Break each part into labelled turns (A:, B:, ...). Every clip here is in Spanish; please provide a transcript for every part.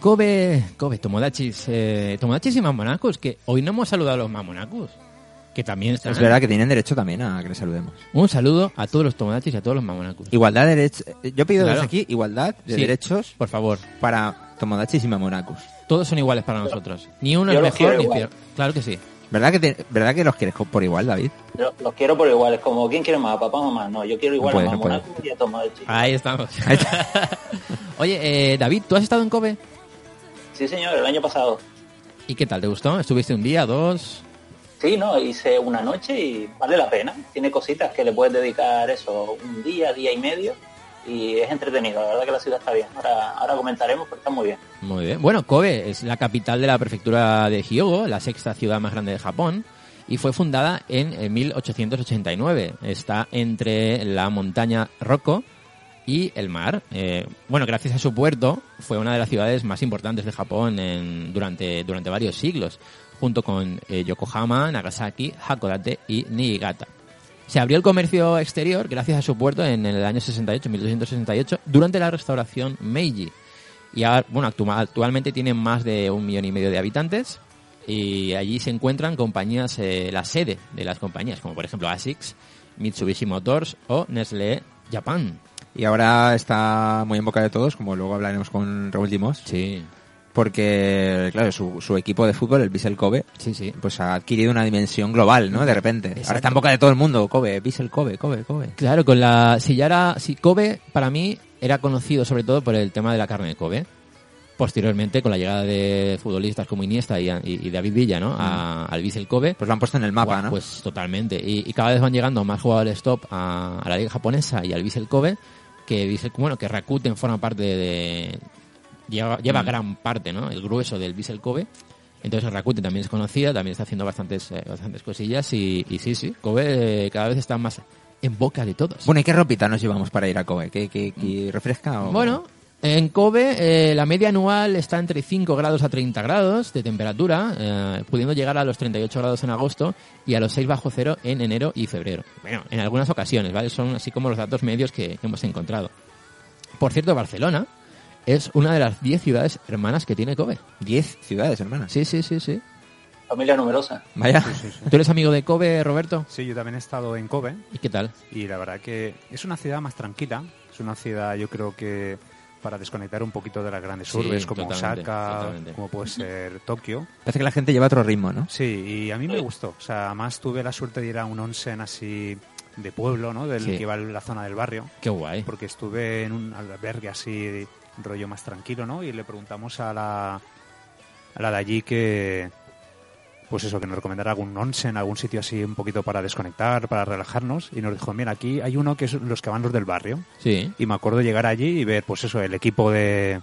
A: Kobe, Kobe, Tomodachis, eh, Tomodachis y Mamonacos, que hoy no hemos saludado a los Mamonacos, que también están...
B: Es verdad que tienen derecho también a que les saludemos.
A: Un saludo a todos los Tomodachis y a todos los Mamonacos.
B: Igualdad de derechos. Yo pido
A: Claro.
B: desde aquí igualdad de
A: Sí.
B: derechos
A: Por favor,
B: para Tomodachis y Mamonacus.
A: todos son iguales para nosotros. Ni uno
C: Yo
A: es
C: los
A: mejor
C: quiero
A: ni
C: igual.
A: peor. Claro que sí.
B: ¿Verdad que, te- ¿Verdad que los quieres co- por igual, David?
C: Yo los quiero por igual, es como, ¿quién quiere más? ¿A papá o mamá? No, yo quiero igual
B: No puede,
C: a
B: no
C: mamá Monaco y a Tomodachi.
D: Ah.
A: Ahí estamos. Oye, eh, David, ¿tú has estado en Kobe?
C: Sí, señor, el año pasado.
A: ¿Y qué tal? ¿Te gustó? ¿Estuviste un día, dos?
C: Sí, no, hice una noche y vale la pena. Tiene cositas que le puedes dedicar eso, un día, día y medio. Y es entretenido, la verdad que la ciudad está bien. Ahora, ahora comentaremos, pero está muy bien.
A: Muy bien. Bueno, Kobe es la capital de la prefectura de Hyogo, la sexta ciudad más grande de Japón, y fue fundada en eh, 1889. Está entre la montaña Rocco y el mar. Eh, bueno, gracias a su puerto fue una de las ciudades más importantes de Japón en- durante, durante varios siglos, junto con eh, Yokohama, Nagasaki, Hakodate y Niigata. Se abrió el comercio exterior gracias a su puerto en el año 68, 1868, durante la restauración Meiji. Y ahora, bueno, actu- actualmente tienen más de un millón y medio de habitantes y allí se encuentran compañías, eh, la sede de las compañías, como por ejemplo ASICS, Mitsubishi Motors o Nestlé Japan.
B: Y ahora está muy en boca de todos, como luego hablaremos con Raúl Dimos,
A: Sí,
B: porque, claro, su, su equipo de fútbol, el Bissell Kobe,
A: sí, sí.
B: pues ha adquirido una dimensión global, ¿no? De repente.
A: Exacto.
B: Ahora está en boca de todo el mundo. Kobe, Bissell Kobe, Kobe, Kobe.
A: Claro, con la si ya era si Kobe para mí era conocido sobre todo por el tema de la carne de Kobe. Posteriormente, con la llegada de futbolistas como Iniesta y, y- y David Villa, ¿no? A, al Vissel Kobe,
B: Pues lo han puesto en el mapa,
A: Guau,
B: ¿no?
A: Pues totalmente. Y, y cada vez van llegando más jugadores top a, a la liga japonesa y al Vissel Kobe, que dice, bueno, que Rakuten forma parte de... Lleva,
B: Mm.
A: lleva gran parte, ¿no? El grueso del Vissel Kobe. Entonces Rakuten también es conocida, también está haciendo bastantes, eh, bastantes cosillas y, y sí, sí, Kobe eh, cada vez está más en boca de todos.
B: Bueno, ¿y qué ropita nos llevamos para ir a Kobe? ¿Qué, qué, qué refresca? O...
A: Bueno, en Kobe eh, la media anual está entre 5 grados a 30 grados de temperatura, eh, pudiendo llegar a los 38 grados en agosto y a los 6 bajo cero en enero y febrero. Bueno, en algunas ocasiones, ¿vale? Son así como los datos medios que hemos encontrado. Por cierto, Barcelona es una de las 10 ciudades hermanas que tiene Kobe.
B: 10 ciudades, hermanas.
A: Sí, sí, sí, sí.
C: Familia numerosa.
B: Vaya.
A: ¿Tú eres amigo de Kobe, Roberto?
D: Sí, yo también he estado en Kobe
A: ¿Y qué tal?
D: y la verdad que es una ciudad más tranquila. Es una ciudad, yo creo que para desconectar un poquito de las grandes
A: Sí,
D: urbes como
A: totalmente,
D: Osaka,
A: totalmente.
D: como puede ser Tokio.
B: Parece que la gente lleva otro ritmo, ¿no?
D: Sí, y a mí me gustó. O sea, además tuve la suerte de ir a un onsen así de pueblo, ¿no? Del
A: Sí.
D: que va la zona del barrio.
A: Qué guay.
D: Porque estuve en un albergue así, rollo más tranquilo, ¿no? Y le preguntamos a la, a la de allí que, pues eso, que nos recomendara algún onsen, algún sitio así un poquito para desconectar, para relajarnos. Y nos dijo, mira, aquí hay uno que es los que van los del barrio.
A: Sí.
D: Y me acuerdo llegar allí y ver, pues eso, el equipo de...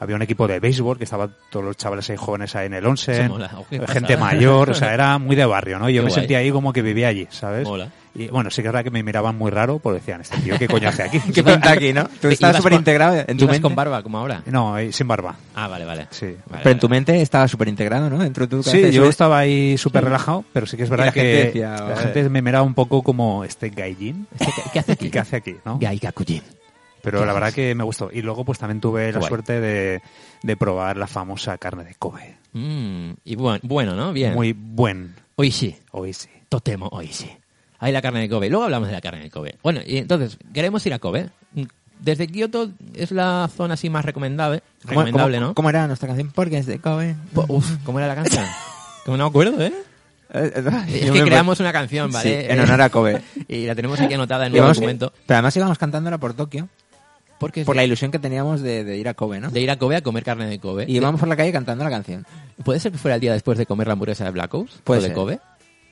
D: Había un equipo de béisbol que estaban todos los chavales ahí jóvenes ahí en el
A: Eso
D: onsen,
A: mola. Ojo, qué pasada.
D: gente mayor, o sea, era muy de barrio, ¿no? Yo
A: Qué
D: me
A: guay.
D: sentía ahí como que vivía allí, ¿sabes?
A: Mola.
D: Y bueno, sí que es verdad que me miraban muy raro, porque decían, este tío, ¿qué coño hace aquí?
B: ¿Qué pinta aquí, no? Tú estabas
A: Ibas
B: súper integrado
A: con-
B: en tu
A: ibas
B: mente.
A: con barba, como ahora?
D: No, eh, sin barba.
A: Ah, vale, vale.
D: Sí.
A: Vale,
B: Pero en
A: vale.
B: tu mente estaba súper integrado, ¿no? Dentro de tu
D: Sí,
B: cabeza.
D: yo estaba ahí súper relajado, pero sí que es
B: Y
D: verdad
B: la
D: que
B: gente decía,
D: la
B: "Joder".
D: gente me miraba un poco como este gaijin.
A: ¿Qué hace aquí?
D: ¿Qué hace aquí? ¿no? Pero la verdad que me gustó. Y luego pues también tuve la
A: Guay.
D: suerte de, de probar la famosa carne de Kobe.
A: Mm, y bueno, bueno, ¿no? Bien.
D: Muy buen
A: Oishi.
D: oishi.
A: Totemo oishi. Ahí la carne de Kobe. Luego hablamos de la carne de Kobe. Bueno, y entonces, queremos ir a Kobe. Mm, Desde Kioto es la zona así más recomendable,
B: ¿Cómo-
A: recomendable
B: cómo-
A: ¿no?
B: ¿Cómo era nuestra canción? Porque es de Kobe.
A: Po- uf, ¿cómo era la canción? Como no me acuerdo, ¿eh? Es
B: Es
A: que creamos una canción, ¿vale?
B: en honor a Kobe.
A: Y la tenemos aquí anotada en
B: Y
A: un
B: vamos-
A: documento.
B: pero además íbamos cantándola por Tokio,
A: Porque es
B: por la
A: de,
B: ilusión que teníamos de, de ir a Kobe, ¿no?
A: de ir a Kobe a comer carne de Kobe. Eh,
B: Y íbamos por la calle cantando la canción.
A: ¿Puede ser que fuera el día después de comer la hamburguesa de Black Ops?
B: Puede
A: ¿O de
B: ser.
A: Kobe?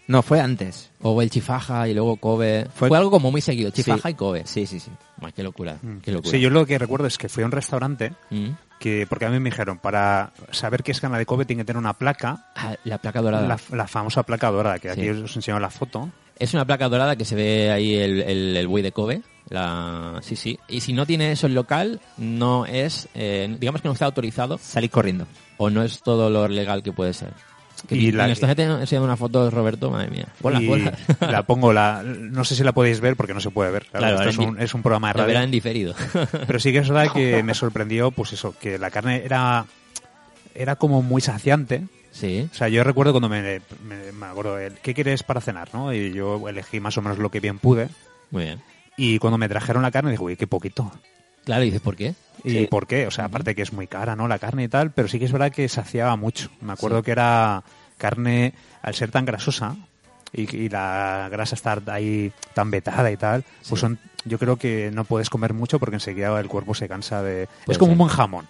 B: No, fue antes.
A: O el Chifaja y luego Kobe. Fue,
B: Fue-
A: algo como muy seguido, Chifaja
B: Sí.
A: y Kobe.
B: Sí, sí, sí.
A: Ay, qué locura,
D: Mm.
A: qué locura.
D: Sí, yo lo que recuerdo es que fui a un restaurante
A: Mm.
D: que, porque a mí me dijeron, para saber qué es Cana de Kobe tiene que tener una placa,
A: Ah, la placa dorada.
D: la, la famosa placa dorada, que
A: Sí.
D: aquí os enseño la foto.
A: Es una placa dorada que se ve ahí el, el, el buey de Kobe. La... Sí, sí. Y si no tiene eso el local, no es, eh, digamos que no está autorizado
B: Salí corriendo.
A: o no es todo lo legal que puede ser. Que
D: Y
A: y
D: la-
A: la... Esta gente enseña una foto de Roberto, madre mía. Ponla,
D: Y
A: ponla.
D: la pongo, la, no sé si la podéis ver porque no se puede ver. claro,
A: Claro,
D: esto es
A: en-
D: un, es un programa de
A: La
D: radio.
A: verán en diferido.
D: Pero sí que es verdad que me sorprendió, pues eso, que la carne era, era como muy saciante.
A: sí.
D: O sea, yo recuerdo cuando me, me, me acuerdo, el, ¿qué quieres para cenar? ¿no? Y yo elegí más o menos lo que bien pude.
A: Muy bien.
D: Y cuando me trajeron la carne, dije, uy, qué poquito.
A: Claro, y dices, ¿por qué?
D: ¿Y
C: Sí.
D: por qué? O sea, aparte que es muy cara, ¿no? La carne y tal, pero sí que es verdad que saciaba mucho. Me acuerdo que era carne, al ser tan grasosa y, y la grasa estar ahí tan vetada y tal,
A: Sí.
D: pues son, yo creo que no puedes comer mucho porque enseguida el cuerpo se cansa de...
A: Puede
D: es como
A: ser.
D: un buen jamón.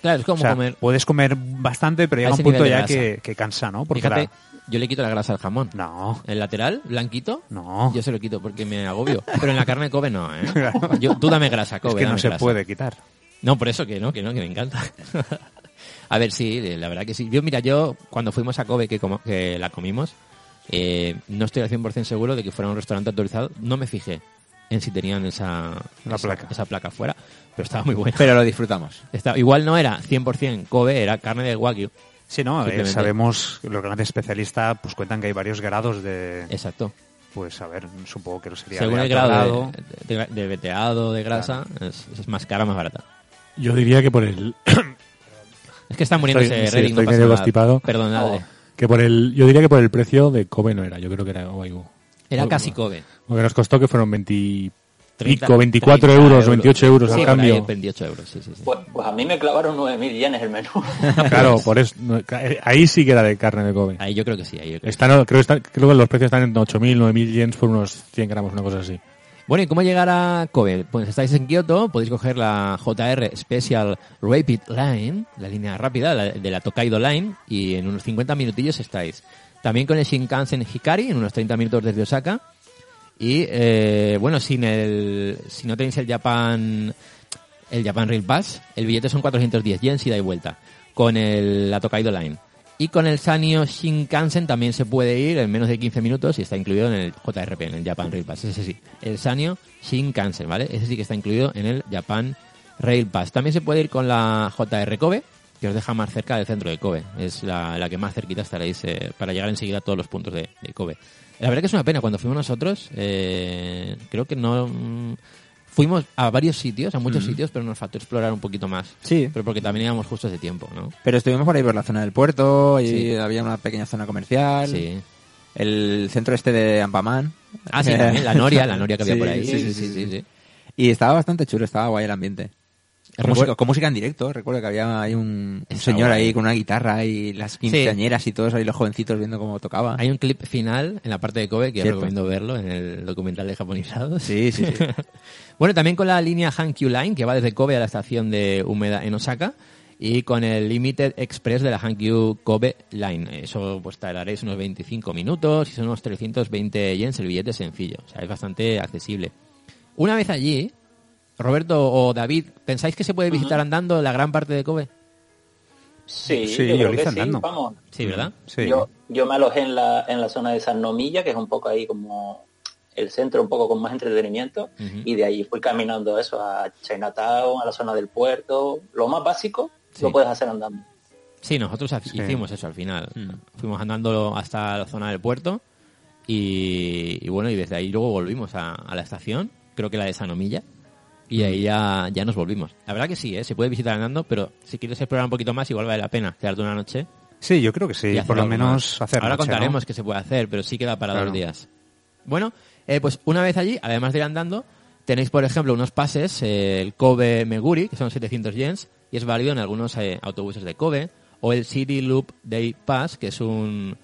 A: Claro, es como
D: O sea,
A: comer.
D: puedes comer bastante,
A: A
D: pero llega un
A: ese
D: punto
A: nivel de
D: ya
A: grasa.
D: que, que cansa, ¿no? Porque
A: Fíjate,
D: la-
A: yo le quito la grasa al jamón.
D: No,
A: El lateral, blanquito,
D: no.
A: yo se lo quito porque me agobio. Pero en la carne de Kobe no, ¿eh? Yo, tú dame grasa, Kobe.
D: es que no
A: dame
D: se
A: grasa.
D: puede quitar.
A: No, por eso que no, que no, que me encanta. a ver, sí, eh, la verdad que sí. Yo, mira, yo cuando fuimos a Kobe, que, como- que la comimos, eh, no estoy al 100% seguro de que fuera un restaurante autorizado. No me fijé en si tenían esa,
D: La
A: esa,
D: placa.
A: esa placa fuera, pero estaba muy buena.
B: Pero lo disfrutamos.
A: Estaba- igual no era 100% Kobe, era carne de wagyu.
D: Sí, no, eh,
A: Simplemente.
D: sabemos, los grandes especialistas pues cuentan que hay varios grados de,
A: Exacto.
D: Pues a ver, supongo que lo sería.
A: Según
D: de
A: el
D: alto
A: grado de, de- de veteado, de grasa, es, es más cara, más barata.
E: Yo diría que por el
A: Es que está muriéndose
E: Estoy- sí,
A: Redding, no
E: estoy
A: pasa
E: medio
A: nada.
E: constipado.
A: Perdonadle.
D: Oh.
E: que por el yo diría que por el precio de Kobe no era, yo creo que era Wagyu.
A: Era
E: Bueno,
A: casi
E: bueno.
A: Kobe.
E: Lo que nos costó que fueron 20
A: 30,
E: pico, 24
A: 30
E: euros, 28 euros
A: Sí,
E: al
A: por ahí,
E: cambio.
A: 28 euros, sí, sí, sí.
C: Pues, pues a mí me clavaron 9.000 yenes el menú.
E: Claro, por eso no, ca- eh, ahí sí que era de carne de Kobe.
A: Ahí yo creo que sí, ahí yo
D: Este
A: creo. que sí.
E: Están, creo, que están- creo que los precios están en 8.000, 9.000 yens por unos 100 gramos, una cosa así.
A: Bueno, ¿y cómo llegar a Kobe? Pues estáis en Kioto, podéis coger la JR Special Rapid Line, la línea rápida la de la Tokaido Line, y en unos 50 minutillos estáis. También con el Shinkansen Hikari, en unos 30 minutos desde Osaka. Y eh, bueno, sin el, si no tenéis el Japan, el Japan Rail Pass, el billete son 410 yens ida y vuelta, con el, la Tokaido Line. Y con el Sanyo Shinkansen también se puede ir en menos de 15 minutos y está incluido en el JRP, en el Japan Rail Pass. Ese sí, el Sanyo Shinkansen, ¿vale? Ese sí que está incluido en el Japan Rail Pass. También se puede ir con la JR Kobe, que os deja más cerca del centro de Kobe. Es la, la que más cerquita estaréis eh, para llegar enseguida a todos los puntos de, de Kobe. La verdad que es una pena, cuando fuimos nosotros, eh, creo que no... mm, fuimos a varios sitios, a muchos sitios, pero nos faltó explorar un poquito más.
B: Sí.
A: Pero porque también íbamos justos de tiempo, ¿no?
B: Pero estuvimos por ahí por la zona del puerto y
A: Sí.
B: había una pequeña zona comercial.
A: Sí.
B: El centro este de Ampamán.
A: Ah, sí, también, la noria, la noria que había
B: Sí,
A: por ahí.
B: sí, sí, sí, sí. Y estaba bastante chulo, estaba guay el ambiente. Con
A: Recuer-
B: música, con música en directo, recuerdo que había ahí un, un
A: Está
B: señor
A: guay.
B: ahí con una guitarra y las quinceañeras y todos ahí los jovencitos viendo cómo tocaba.
A: Hay un clip final en la parte de Kobe que
B: Cierto.
A: os recomiendo verlo en el documental de japonizados.
B: Sí, sí, sí.
A: bueno, también con la línea Hankyu Line que va desde Kobe a la estación de Humeda en Osaka y con el Limited Express de la Hankyu Kobe Line. Eso pues tardaréis unos 25 minutos y son unos 320 yens el billete sencillo. O sea, es bastante accesible. Una vez allí, Roberto o David, ¿pensáis que se puede visitar andando la gran parte de Kobe?
C: Sí,
D: Sí,
C: yo
D: yo
C: creo
D: lo
C: que
D: hice
C: sí,
D: andando.
C: vamos.
A: Sí, ¿verdad?
D: Sí.
C: Yo, yo me alojé en la, en la zona de San Nomilla, que es un poco ahí como el centro, un poco con más entretenimiento,
A: Ujú.
C: y de ahí fui caminando eso a Chinatown, a la zona del puerto. Lo más básico
A: Sí.
C: lo puedes hacer andando.
A: Sí, nosotros ha-
D: Sí.
A: hicimos eso al final. Fuimos andando hasta la zona del puerto y, y bueno, y desde ahí luego volvimos a, a la estación, creo que la de Sanomilla, y ahí ya, ya nos volvimos. La verdad que sí, ¿eh? se puede visitar andando, pero si quieres explorar un poquito más, igual vale la pena quedarte una noche.
D: Sí, yo creo que
A: y
D: sí,
A: hacer
D: por lo
A: algo
D: menos
A: más.
D: hacer
A: Ahora
D: noche, ¿no?
A: contaremos qué se puede hacer, pero sí queda para
D: Claro.
A: dos días. Bueno, eh, pues una vez allí, además de ir andando, tenéis, por ejemplo, unos pases, eh, el Kobe Meguri, que son 700 yens, y es válido en algunos eh, autobuses de Kobe, o el City Loop Day Pass, que es un,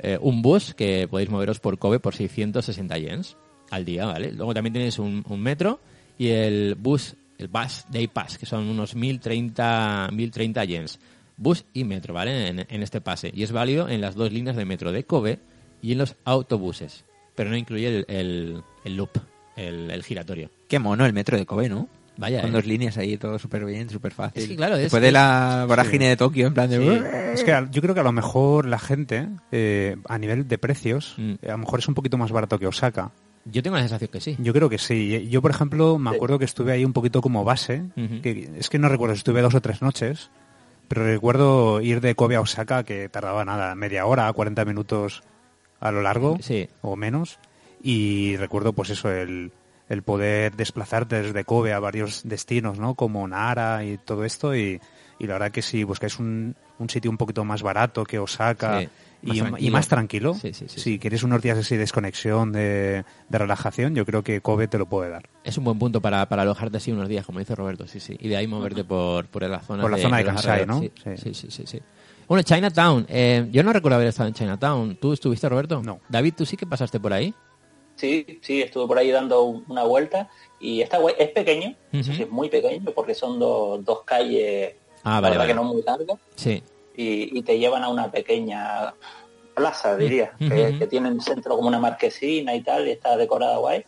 A: eh, un bus que podéis moveros por Kobe por 660 yens al día, ¿vale? Luego también tenéis un, un metro y el bus, el bus Day Pass, que son unos 1030, 1030 yens. Bus y metro, ¿vale? En, en este pase. Y es válido en las dos líneas de metro de Kobe y en los autobuses, pero no incluye el, el- el loop, el, el giratorio.
B: Qué mono el metro de Kobe, ¿no?
A: Vaya,
B: Con
A: eh.
B: dos líneas ahí, todo súper bien, súper fácil.
A: Es que claro, es-
B: Después de la vorágine de Tokio, en plan de...
D: Es que al- yo creo que a lo mejor la gente, eh, a nivel de precios,
A: Mm.
D: eh, a lo mejor es un poquito más barato que Osaka.
A: Yo tengo la sensación que sí.
D: Yo creo que sí. Yo, por ejemplo, me acuerdo que estuve ahí un poquito como base.
A: Ujú.
D: que, es que no recuerdo si estuve dos o tres noches, pero recuerdo ir de Kobe a Osaka, que tardaba nada, media hora, 40 minutos a lo largo
A: Sí.
D: o menos. Y recuerdo, pues eso, el, el poder desplazarte desde Kobe a varios destinos, ¿no? Como Nara y todo esto. Y, y la verdad que si buscáis un, un sitio un poquito más barato que Osaka
A: Sí, más
D: y,
A: tranquilo.
D: y más tranquilo,
A: Sí, sí, sí,
D: si
A: sí.
D: quieres unos días así de desconexión, de, de relajación, yo creo que Kobe te lo puede dar.
A: Es un buen punto para, para alojarte así unos días, como dice Roberto, sí, sí. Y de ahí moverte por, por la zona
D: Por la zona de
A: los
D: Kansai,
A: alrededores,
D: ¿no?
A: Sí, sí, sí, sí. sí. Bueno, Chinatown. eh, yo no recuerdo haber estado en Chinatown. ¿Tú estuviste, Roberto?
D: No.
A: David, ¿tú sí que pasaste por ahí?
C: Sí, sí, estuve por ahí dando un- una vuelta y está guay. Es pequeño, eso
A: Ujú.
C: sí, es muy pequeño porque son dos- dos calles,
A: Ah,
C: la
A: vale,
C: verdad
A: vale.
C: que no muy largas,
A: Sí.
C: y, y te llevan a una pequeña plaza, diría,
A: Ujú.
C: que, que tiene en el centro como una marquesina y tal, y está decorada guay.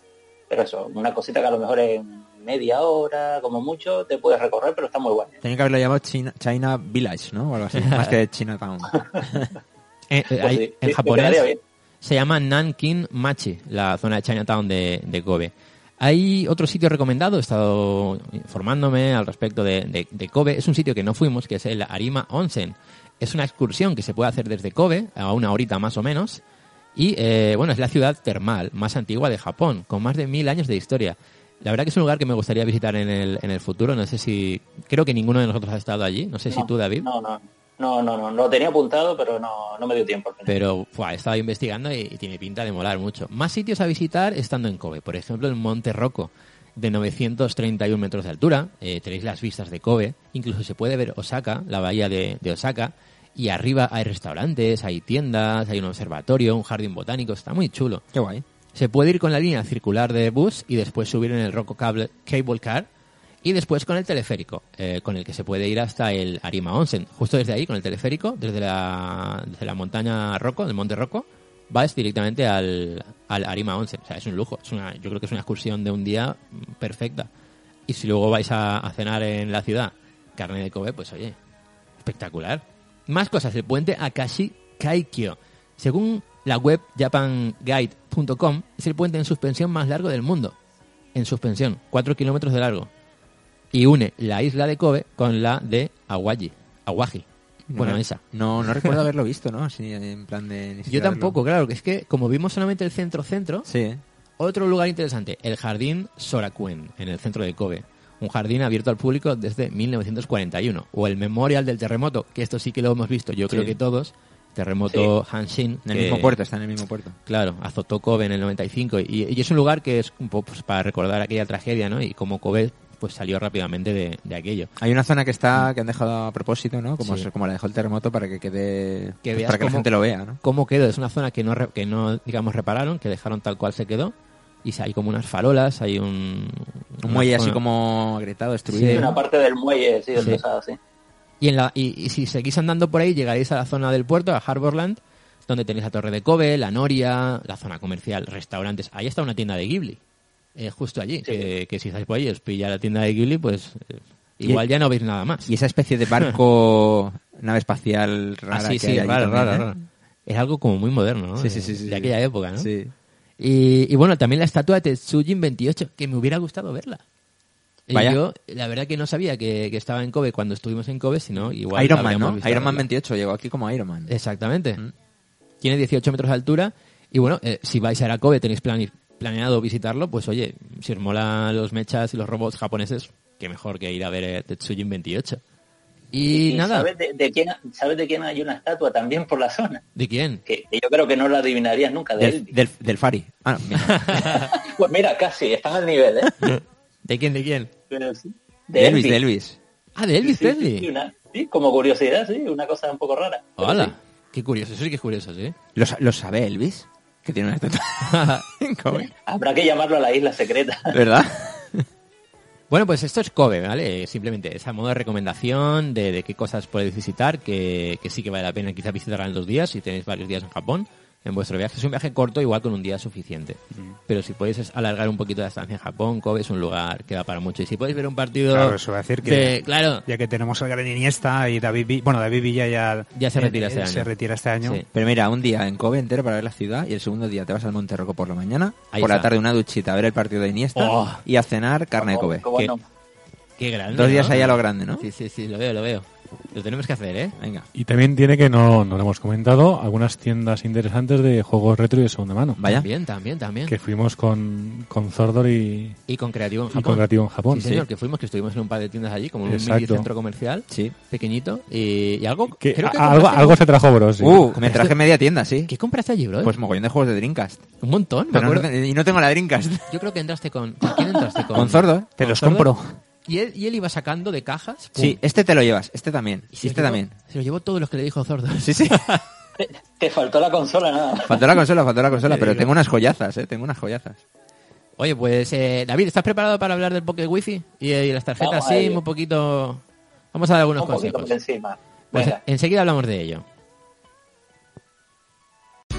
C: Pero eso, una cosita que a lo mejor en media hora, como mucho, te puedes recorrer, pero está muy guay.
B: Tenía que haberlo llamado China, China Village, ¿no? O algo así, más que Chinatown.
A: Eh, eh,
C: Pues
A: ahí-
C: sí, sí,
A: en
C: me
A: japonés
C: quedaría bien.
A: se llama Nankin Machi, la zona de Chinatown de, de Kobe. Hay otro sitio recomendado, he estado informándome al respecto de, de- de Kobe. Es un sitio que no fuimos, que es el Arima Onsen. Es una excursión que se puede hacer desde Kobe, a una horita más o menos. Y eh, bueno, es la ciudad termal más antigua de Japón, con más de mil años de historia. La verdad que es un lugar que me gustaría visitar en el, en el futuro. No sé si. Creo que ninguno de nosotros ha estado allí. No sé si
C: No,
A: tú, David.
C: No, no, no, no, no, lo tenía apuntado, pero no, no me dio tiempo. al final.
A: Pero buah, he estado investigando y, y tiene pinta de molar mucho. Más sitios a visitar estando en Kobe. Por ejemplo, el Monte Rocco, de 931 metros de altura. Eh, tenéis las vistas de Kobe. Incluso se puede ver Osaka, la bahía de, de Osaka. Y arriba hay restaurantes, hay tiendas, hay un observatorio, un jardín botánico. Está muy chulo.
B: Qué guay.
A: Se puede ir con la línea circular de bus y después subir en el Rocco Cable, Cable Car y después con el teleférico, eh, con el que se puede ir hasta el Arima Onsen. Justo desde ahí, con el teleférico, desde la, desde la montaña Rocco, del monte Rocco, vas directamente al, al Arima Onsen. O sea, es un lujo. Es una, yo creo que es una excursión de un día mm, perfecta. Y si luego vais a, a cenar en la ciudad carne de Kobe, pues oye, Espectacular. Más cosas, el puente Akashi Kaikyo. Según la web japanguide.com, es el puente en suspensión más largo del mundo. En suspensión, 4 kilómetros de largo. Y une la isla de Kobe con la de Awaji. Awaji. Bueno,
B: no,
A: esa.
B: No, no recuerdo haberlo visto, ¿no? Así, en plan de... ni
A: Yo
B: siquiera
A: tampoco,
B: verlo.
A: claro, que es que como vimos solamente el centro-centro,
B: Sí, ¿eh?
A: Otro lugar interesante, el Jardín Sorakuen, en el centro de Kobe. Un jardín abierto al público desde 1941. O el Memorial del Terremoto, que esto sí que lo hemos visto, yo creo
B: Sí.
A: que todos. Terremoto Hanshin.
B: En el
A: que,
B: mismo puerto, está en el mismo puerto.
A: Claro, azotó Kobe en el 95. Y, y es un lugar que es un poco pues, para recordar aquella tragedia, ¿no? Y cómo Kobe pues salió rápidamente de, de aquello.
B: Hay una zona que está que han dejado a propósito, ¿no? Como,
A: Sí.
B: como la dejó el terremoto para que quede
A: Que
B: pues,
A: veas
B: para que
A: cómo-
B: la gente lo vea, ¿no?
A: cómo quedó. Es una zona que no, re- que no digamos, repararon, que dejaron tal cual se quedó. Y hay como unas farolas, hay un...
B: Un muelle
A: una
B: así
A: zona-
B: como agrietado,
A: Sí,
C: Y
B: destruido.
C: una
B: ¿no?
C: parte del muelle, sí,
A: eh, Sí.
C: donde está así.
A: Y, en la, y, y si seguís andando por ahí, llegaréis a la zona del puerto, a Harborland, donde tenéis la Torre de Kobe, la Noria, la zona comercial, restaurantes. Ahí está una tienda de Ghibli, eh, justo allí. Que, que si estáis por ahí y os pilla la tienda de Ghibli, pues eh,
B: Y-
A: igual ya no veis nada más.
B: Y esa especie de barco, nave espacial rara
A: Así,
B: que
A: Ah, sí,
B: hay allí
A: rara,
B: también,
A: rara,
B: ¿eh?
A: rara. Es algo como muy moderno, ¿no?
B: Sí, sí,
A: De-
B: sí, sí,
A: De,
B: sí.
A: aquella época, ¿no?
B: Sí.
A: Y, y bueno, también la estatua de Tetsujin 28, que me hubiera gustado verla. Y
B: Vaya.
A: Yo, la verdad que no sabía que, que estaba en Kobe cuando estuvimos en Kobe, sino igual...
B: Iron Man,
A: habríamos
B: ¿no?
A: visto
B: Iron Man
A: verla.
B: 28 llegó aquí como Iron Man.
A: Exactamente.
B: Mm.
A: Tiene 18 metros de altura y bueno, eh, si vais a ir a Kobe, tenéis plani- planeado visitarlo, pues oye, si os mola los mechas y los robots japoneses, qué mejor que ir a ver eh, Tetsujin 28. Y, nada,
C: ¿sabes de, de quién, ¿Sabes de quién hay una estatua también por la zona?
A: ¿de quién?
C: Que, que yo creo que no la adivinarías nunca, de
B: Del,
C: Elvis.
B: del, del Fari. Ah, no, mira.
C: Pues mira, casi, están al nivel, ¿eh?
A: ¿De quién? ¿De quién?
C: Pero sí.
B: de Elvis, de Elvis.
A: Ah, de Elvis
C: Sí, sí,
A: Presley.
C: sí, una- sí, como curiosidad, sí, una cosa un poco rara. Pero
A: Hola,
C: sí.
A: qué curioso, eso sí que es curioso, ¿sí?
B: ¿Lo, sa- lo sabe Elvis? Que tiene una estatua en Kobe.
C: Habrá que llamarlo a la isla secreta.
B: ¿Verdad?
A: Bueno, pues esto es Kobe, ¿vale? Eh, Simplemente esa modo de recomendación de, de qué cosas podéis visitar, que, que sí que vale la pena quizá visitar en dos días si tenéis varios días en Japón. en vuestro viaje. Es un viaje corto, igual con un día es suficiente. Pero si podéis es- alargar un poquito la estancia en Japón, Kobe es un lugar que da para mucho. Y si podéis ver un partido
D: Claro, eso va a decir que-
A: de- claro,
D: Ya que tenemos al gran Iniesta y David Villa. Bueno, David Villa ya,
A: Ya se
D: él-
A: retira este
D: él
A: año.
D: Se retira este año.
A: Sí.
B: Pero mira, un día en Kobe entero para ver la ciudad y el segundo día te vas al Monte Roco por la mañana,
A: Ahí
B: por la
A: está.
B: tarde una duchita a ver el partido de Iniesta
A: Oh.
B: y a cenar carne de
C: Como-
B: Kobe.
C: como
A: ¿Qué?
C: no.
A: qué grande.
B: Dos días
A: ¿no?
B: ahí a lo grande, ¿no?
A: Sí, sí, sí, lo veo, lo veo. Lo tenemos que hacer, ¿eh?
B: Venga.
E: Y también tiene que, no, no lo hemos comentado, algunas tiendas interesantes de juegos retro y de segunda mano.
B: Vaya.
A: También, también, también.
E: Que fuimos con, con Zordor y,
A: Y con Creativo en
E: y
A: Japón.
E: con Creativo en Japón.
A: Sí, señor, que fuimos, que estuvimos en un par de tiendas allí, como en un
E: Exacto.
A: mini centro comercial
B: Sí.
A: pequeñito. eh, Y, y algo.
E: Que
A: creo que
E: a- algo,
A: compraste-
E: algo se trajo Bros. sí.
B: Uh, me traje media tienda, sí.
A: ¿Qué compraste allí, bro?
B: Pues mogollón de juegos de Dreamcast.
A: un montón, me
B: Pero no
A: acuerdo.
B: te- y no tengo la Dreamcast.
A: Yo creo que entraste con. ¿Con quién entraste? Con,
B: Con Zordo, ¿eh?
D: Te
A: con
D: los
A: Zordo.
D: compro.
A: Y él, y él iba sacando de cajas. pum,
B: Sí, este te lo llevas, este también,
A: y
B: y
A: se
B: este
A: llevó-
B: también.
A: Se lo llevó todos los que le dijo Zordo.
B: Sí, sí.
C: Te, te faltó la consola, nada. más.
B: Faltó la consola, faltó la consola, pero tengo unas joyazas, eh, tengo unas joyazas.
A: Oye, pues eh, David, ¿estás preparado para hablar del Pocket Wifi? Y, eh, y las tarjetas
C: Vamos a
A: sí,
C: ello.
A: un poquito. Vamos a dar algunos
C: Un poquito
A: consejos.
C: por encima.
A: Pues
C: Venga.
A: enseguida hablamos de ello.